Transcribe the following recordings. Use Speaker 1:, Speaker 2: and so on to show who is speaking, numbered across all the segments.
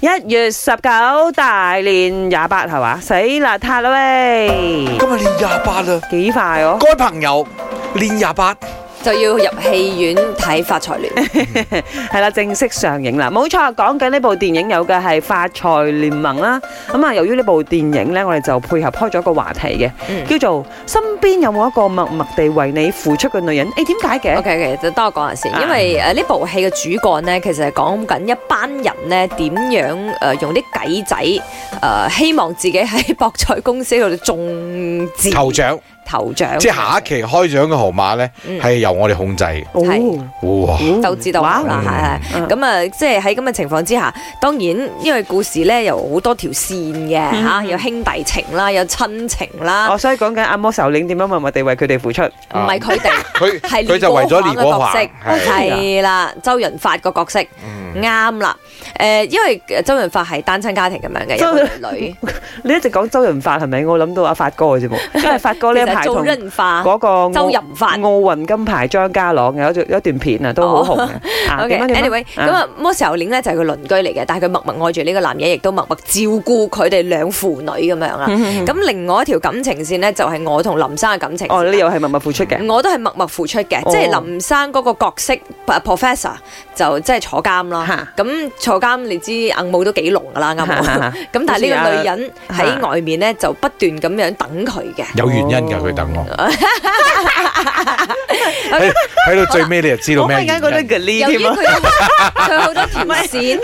Speaker 1: 一月十九大年廿八係嘛？死邋遢啦喂！
Speaker 2: 今日年廿八啦，
Speaker 1: 幾快哦！
Speaker 2: 該朋友年廿八，
Speaker 3: 就要入戲院睇《發財 聯》
Speaker 1: 係啦，正式上映啦，冇錯。講緊呢部電影有嘅係《發財聯盟》啦。咁啊，由於呢部電影呢，我哋就配合開咗一個話題嘅，
Speaker 3: 嗯
Speaker 1: 叫做身邊有冇一個默默地為你付出嘅女人？誒點解嘅？
Speaker 3: OK OK，就多我講下先
Speaker 1: 啊，
Speaker 3: 因為誒呢部戲嘅主幹呢，其實係講緊一班人呢點樣誒、呃用啲計仔誒、呃希望自己喺博彩公司嗰度中字
Speaker 2: 頭獎
Speaker 3: 頭獎，
Speaker 2: 即係下一期開獎嘅號碼咧，
Speaker 3: 嗯
Speaker 2: 係由我哋控制嘅。
Speaker 3: 係
Speaker 1: 哦
Speaker 2: 哇！
Speaker 3: 就知道
Speaker 1: 哇
Speaker 3: 啦，啊係係。
Speaker 1: 嗯
Speaker 3: 咁啊，即係喺咁嘅情況之下，當然因為故事咧有好多條線嘅嚇、
Speaker 1: 嗯
Speaker 3: 有兄弟情啦，有親情啦
Speaker 2: 哦
Speaker 1: 我，哦所以講緊阿摩首領點樣默默地為佢哋付出。
Speaker 3: 唔係佢哋
Speaker 2: 佢
Speaker 3: 係
Speaker 2: 佢就為咗
Speaker 3: 李
Speaker 2: 連
Speaker 3: 國
Speaker 2: 國
Speaker 3: 華
Speaker 2: 華
Speaker 3: 嘅角色，
Speaker 2: 係
Speaker 3: 係啦，周潤發個角色
Speaker 2: 嗯
Speaker 3: 啱啦。誒、因為呃周潤發係單親家庭咁樣嘅，
Speaker 1: 周
Speaker 3: 有個女 女，
Speaker 1: 你一直講周潤發係咪？我諗到阿發哥嘅 啫喎，因為發哥呢一
Speaker 3: 其實
Speaker 1: 排
Speaker 3: 周
Speaker 1: 同
Speaker 3: 潤發、
Speaker 1: 嗰個奧
Speaker 3: 啊周潤發。
Speaker 1: 奧運金牌張家朗有一段有一段片啊，都好紅嘅。啊
Speaker 3: O
Speaker 1: 點樣
Speaker 3: K，
Speaker 1: 點樣
Speaker 3: anyway，咁啊，摩時候鏈咧就係佢鄰居嚟嘅，但係佢默默愛住呢個男人，亦都默默照顧佢哋兩父女咁樣啦。
Speaker 1: 嗯
Speaker 3: 咁另外一條感情線咧，就係我同林生嘅 感情線啦。
Speaker 1: 哦，你又係默默付出嘅。
Speaker 3: 我都係默默付出嘅，
Speaker 1: 哦
Speaker 3: 即係林生嗰個角色啊 professor 就即係坐監啦。咁坐監你知硬冇都幾濃噶啦，啱冇？ 咁但係呢個女人喺外面咧就不斷咁樣等佢嘅。
Speaker 2: 有原因㗎，佢等我。 喺喺到最尾你就知道
Speaker 1: 我忽
Speaker 2: 咩
Speaker 1: 然
Speaker 2: 原
Speaker 1: 間覺得
Speaker 2: 因。
Speaker 1: 嘅呢
Speaker 3: 由於
Speaker 1: 添 啊
Speaker 3: 佢有佢有好多條線，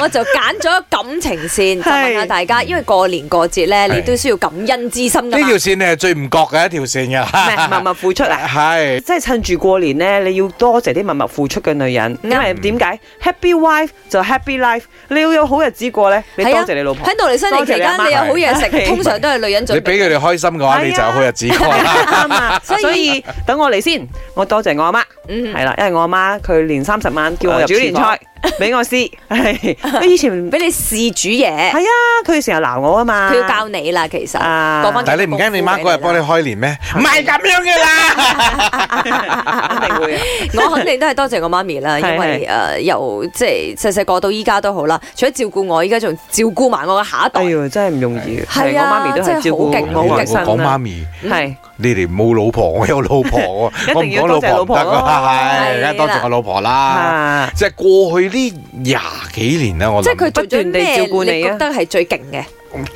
Speaker 3: 我就揀咗感情線，就問下大家，因為過年過節咧，
Speaker 2: 係
Speaker 3: 你都需要感恩之
Speaker 2: 呢
Speaker 3: 心噶嘛
Speaker 2: 條。線你係最唔覺嘅一條線
Speaker 1: 咩，默
Speaker 2: 㗎，
Speaker 1: 默付出啊！
Speaker 2: 係
Speaker 1: 即係趁住過年咧，你要多謝啲默默付出嘅女人，因為點解？Happy wife 就 happy life，你要有好日子過咧，你多
Speaker 3: 係啊
Speaker 1: 謝你老婆。
Speaker 3: 喺農曆新年期間，
Speaker 1: 多謝
Speaker 3: 你
Speaker 1: 你
Speaker 3: 有
Speaker 2: 阿媽
Speaker 3: 好嘢
Speaker 1: 係
Speaker 3: 食，通常都係女人準
Speaker 2: 你
Speaker 3: 備。
Speaker 2: 俾佢哋開心嘅話，
Speaker 1: 係啊
Speaker 2: 你就有好日子過啦。
Speaker 1: 啱 啊！所以等我嚟先，我多謝我阿媽。
Speaker 3: 嗯
Speaker 1: 係啦，因為我阿媽佢年三十晚叫我入
Speaker 2: 啊
Speaker 1: 煮年菜 俾我試， 係佢以前
Speaker 3: 俾你試煮嘢
Speaker 1: 係，啊，佢成日鬧我啊嘛，
Speaker 3: 佢要教你啦，其實。
Speaker 1: 啊，
Speaker 3: 講返
Speaker 2: 但係你唔驚你媽嗰日幫你開年咩？唔係咁樣嘅啦。
Speaker 1: 一定會啊，
Speaker 3: 我肯定都係多謝我媽咪啦，因
Speaker 1: 係
Speaker 3: 為誒由即係細細個到依家都好啦，除咗照顧我，依家仲照顧埋我嘅下一
Speaker 1: 哎
Speaker 3: 代。
Speaker 1: 呦，真係唔容易，
Speaker 3: 係
Speaker 1: 我
Speaker 3: 啊
Speaker 1: 媽咪都係照顧
Speaker 3: 真係好勁
Speaker 1: 我
Speaker 3: 好
Speaker 1: 嘅啊
Speaker 3: 勁
Speaker 1: 生
Speaker 2: 啊我講媽
Speaker 1: 啦，
Speaker 2: 咪，
Speaker 1: 係
Speaker 2: 你哋冇老婆，我有老婆啊
Speaker 1: 一！
Speaker 2: 我唔
Speaker 1: 定要
Speaker 2: 講老婆唔
Speaker 1: 多
Speaker 2: 得
Speaker 1: 謝老婆
Speaker 2: 㗎，
Speaker 3: 咯
Speaker 2: 係梗係多謝我老婆啦。
Speaker 1: 啊，
Speaker 2: 即係過去呢廿幾年啦，我
Speaker 3: 即係佢
Speaker 2: 諗
Speaker 3: 做咗咩？
Speaker 1: 不斷地照顧你
Speaker 3: 你
Speaker 1: 啊
Speaker 3: 覺得係最勁嘅？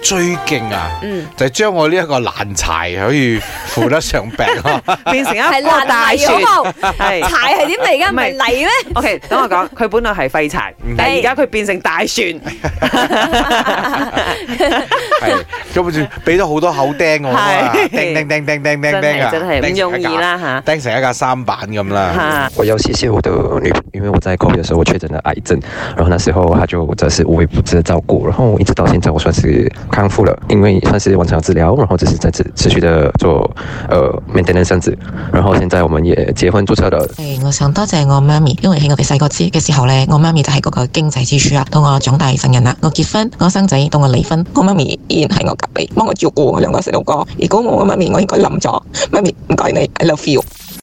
Speaker 2: 最勁啊，
Speaker 3: 嗯，
Speaker 2: 就係將我呢一個爛柴可以扶得上病啊！
Speaker 1: 變成一
Speaker 3: 係
Speaker 1: 個大
Speaker 3: 爛泥
Speaker 1: 船，
Speaker 3: 好冇？
Speaker 1: 係。
Speaker 3: 柴係點嚟㗎？
Speaker 1: 唔
Speaker 3: 唔
Speaker 1: 係
Speaker 3: 係泥咩？
Speaker 1: OK，等我講，佢本來係廢柴，但係而家佢變成大船，
Speaker 2: 係咁就俾咗好多口釘我啊！
Speaker 1: 係
Speaker 2: 釘釘釘釘釘
Speaker 1: 真
Speaker 2: 釘釘啊！
Speaker 1: 係真係唔
Speaker 2: 釘成
Speaker 1: 容
Speaker 2: 一
Speaker 1: 易
Speaker 2: 架，
Speaker 1: 啦吓。
Speaker 2: 釘成一架三板咁啦。
Speaker 1: 嚇
Speaker 4: 我要谢谢我的女朋友，因为我在 COVID 的时候我确诊了癌症，然后那时候她就真的是无微不至的照顾，然后一直到现在我算是康复了，因为算是完成了治疗，然后只是在持持续的做呃 maintenance 这样子，然后现在我们也结婚注册了
Speaker 5: 誒，我想多謝我媽咪，因為喺我哋細個之嘅時候呢，我媽咪就係嗰個經濟支柱啊。到我長大成人啦，我結婚，我生仔，到我離婚，我媽咪依然係我隔離，幫我照顧我兩個細路哥。如果冇我媽咪，我應該冧咗。媽咪唔該你，I love you。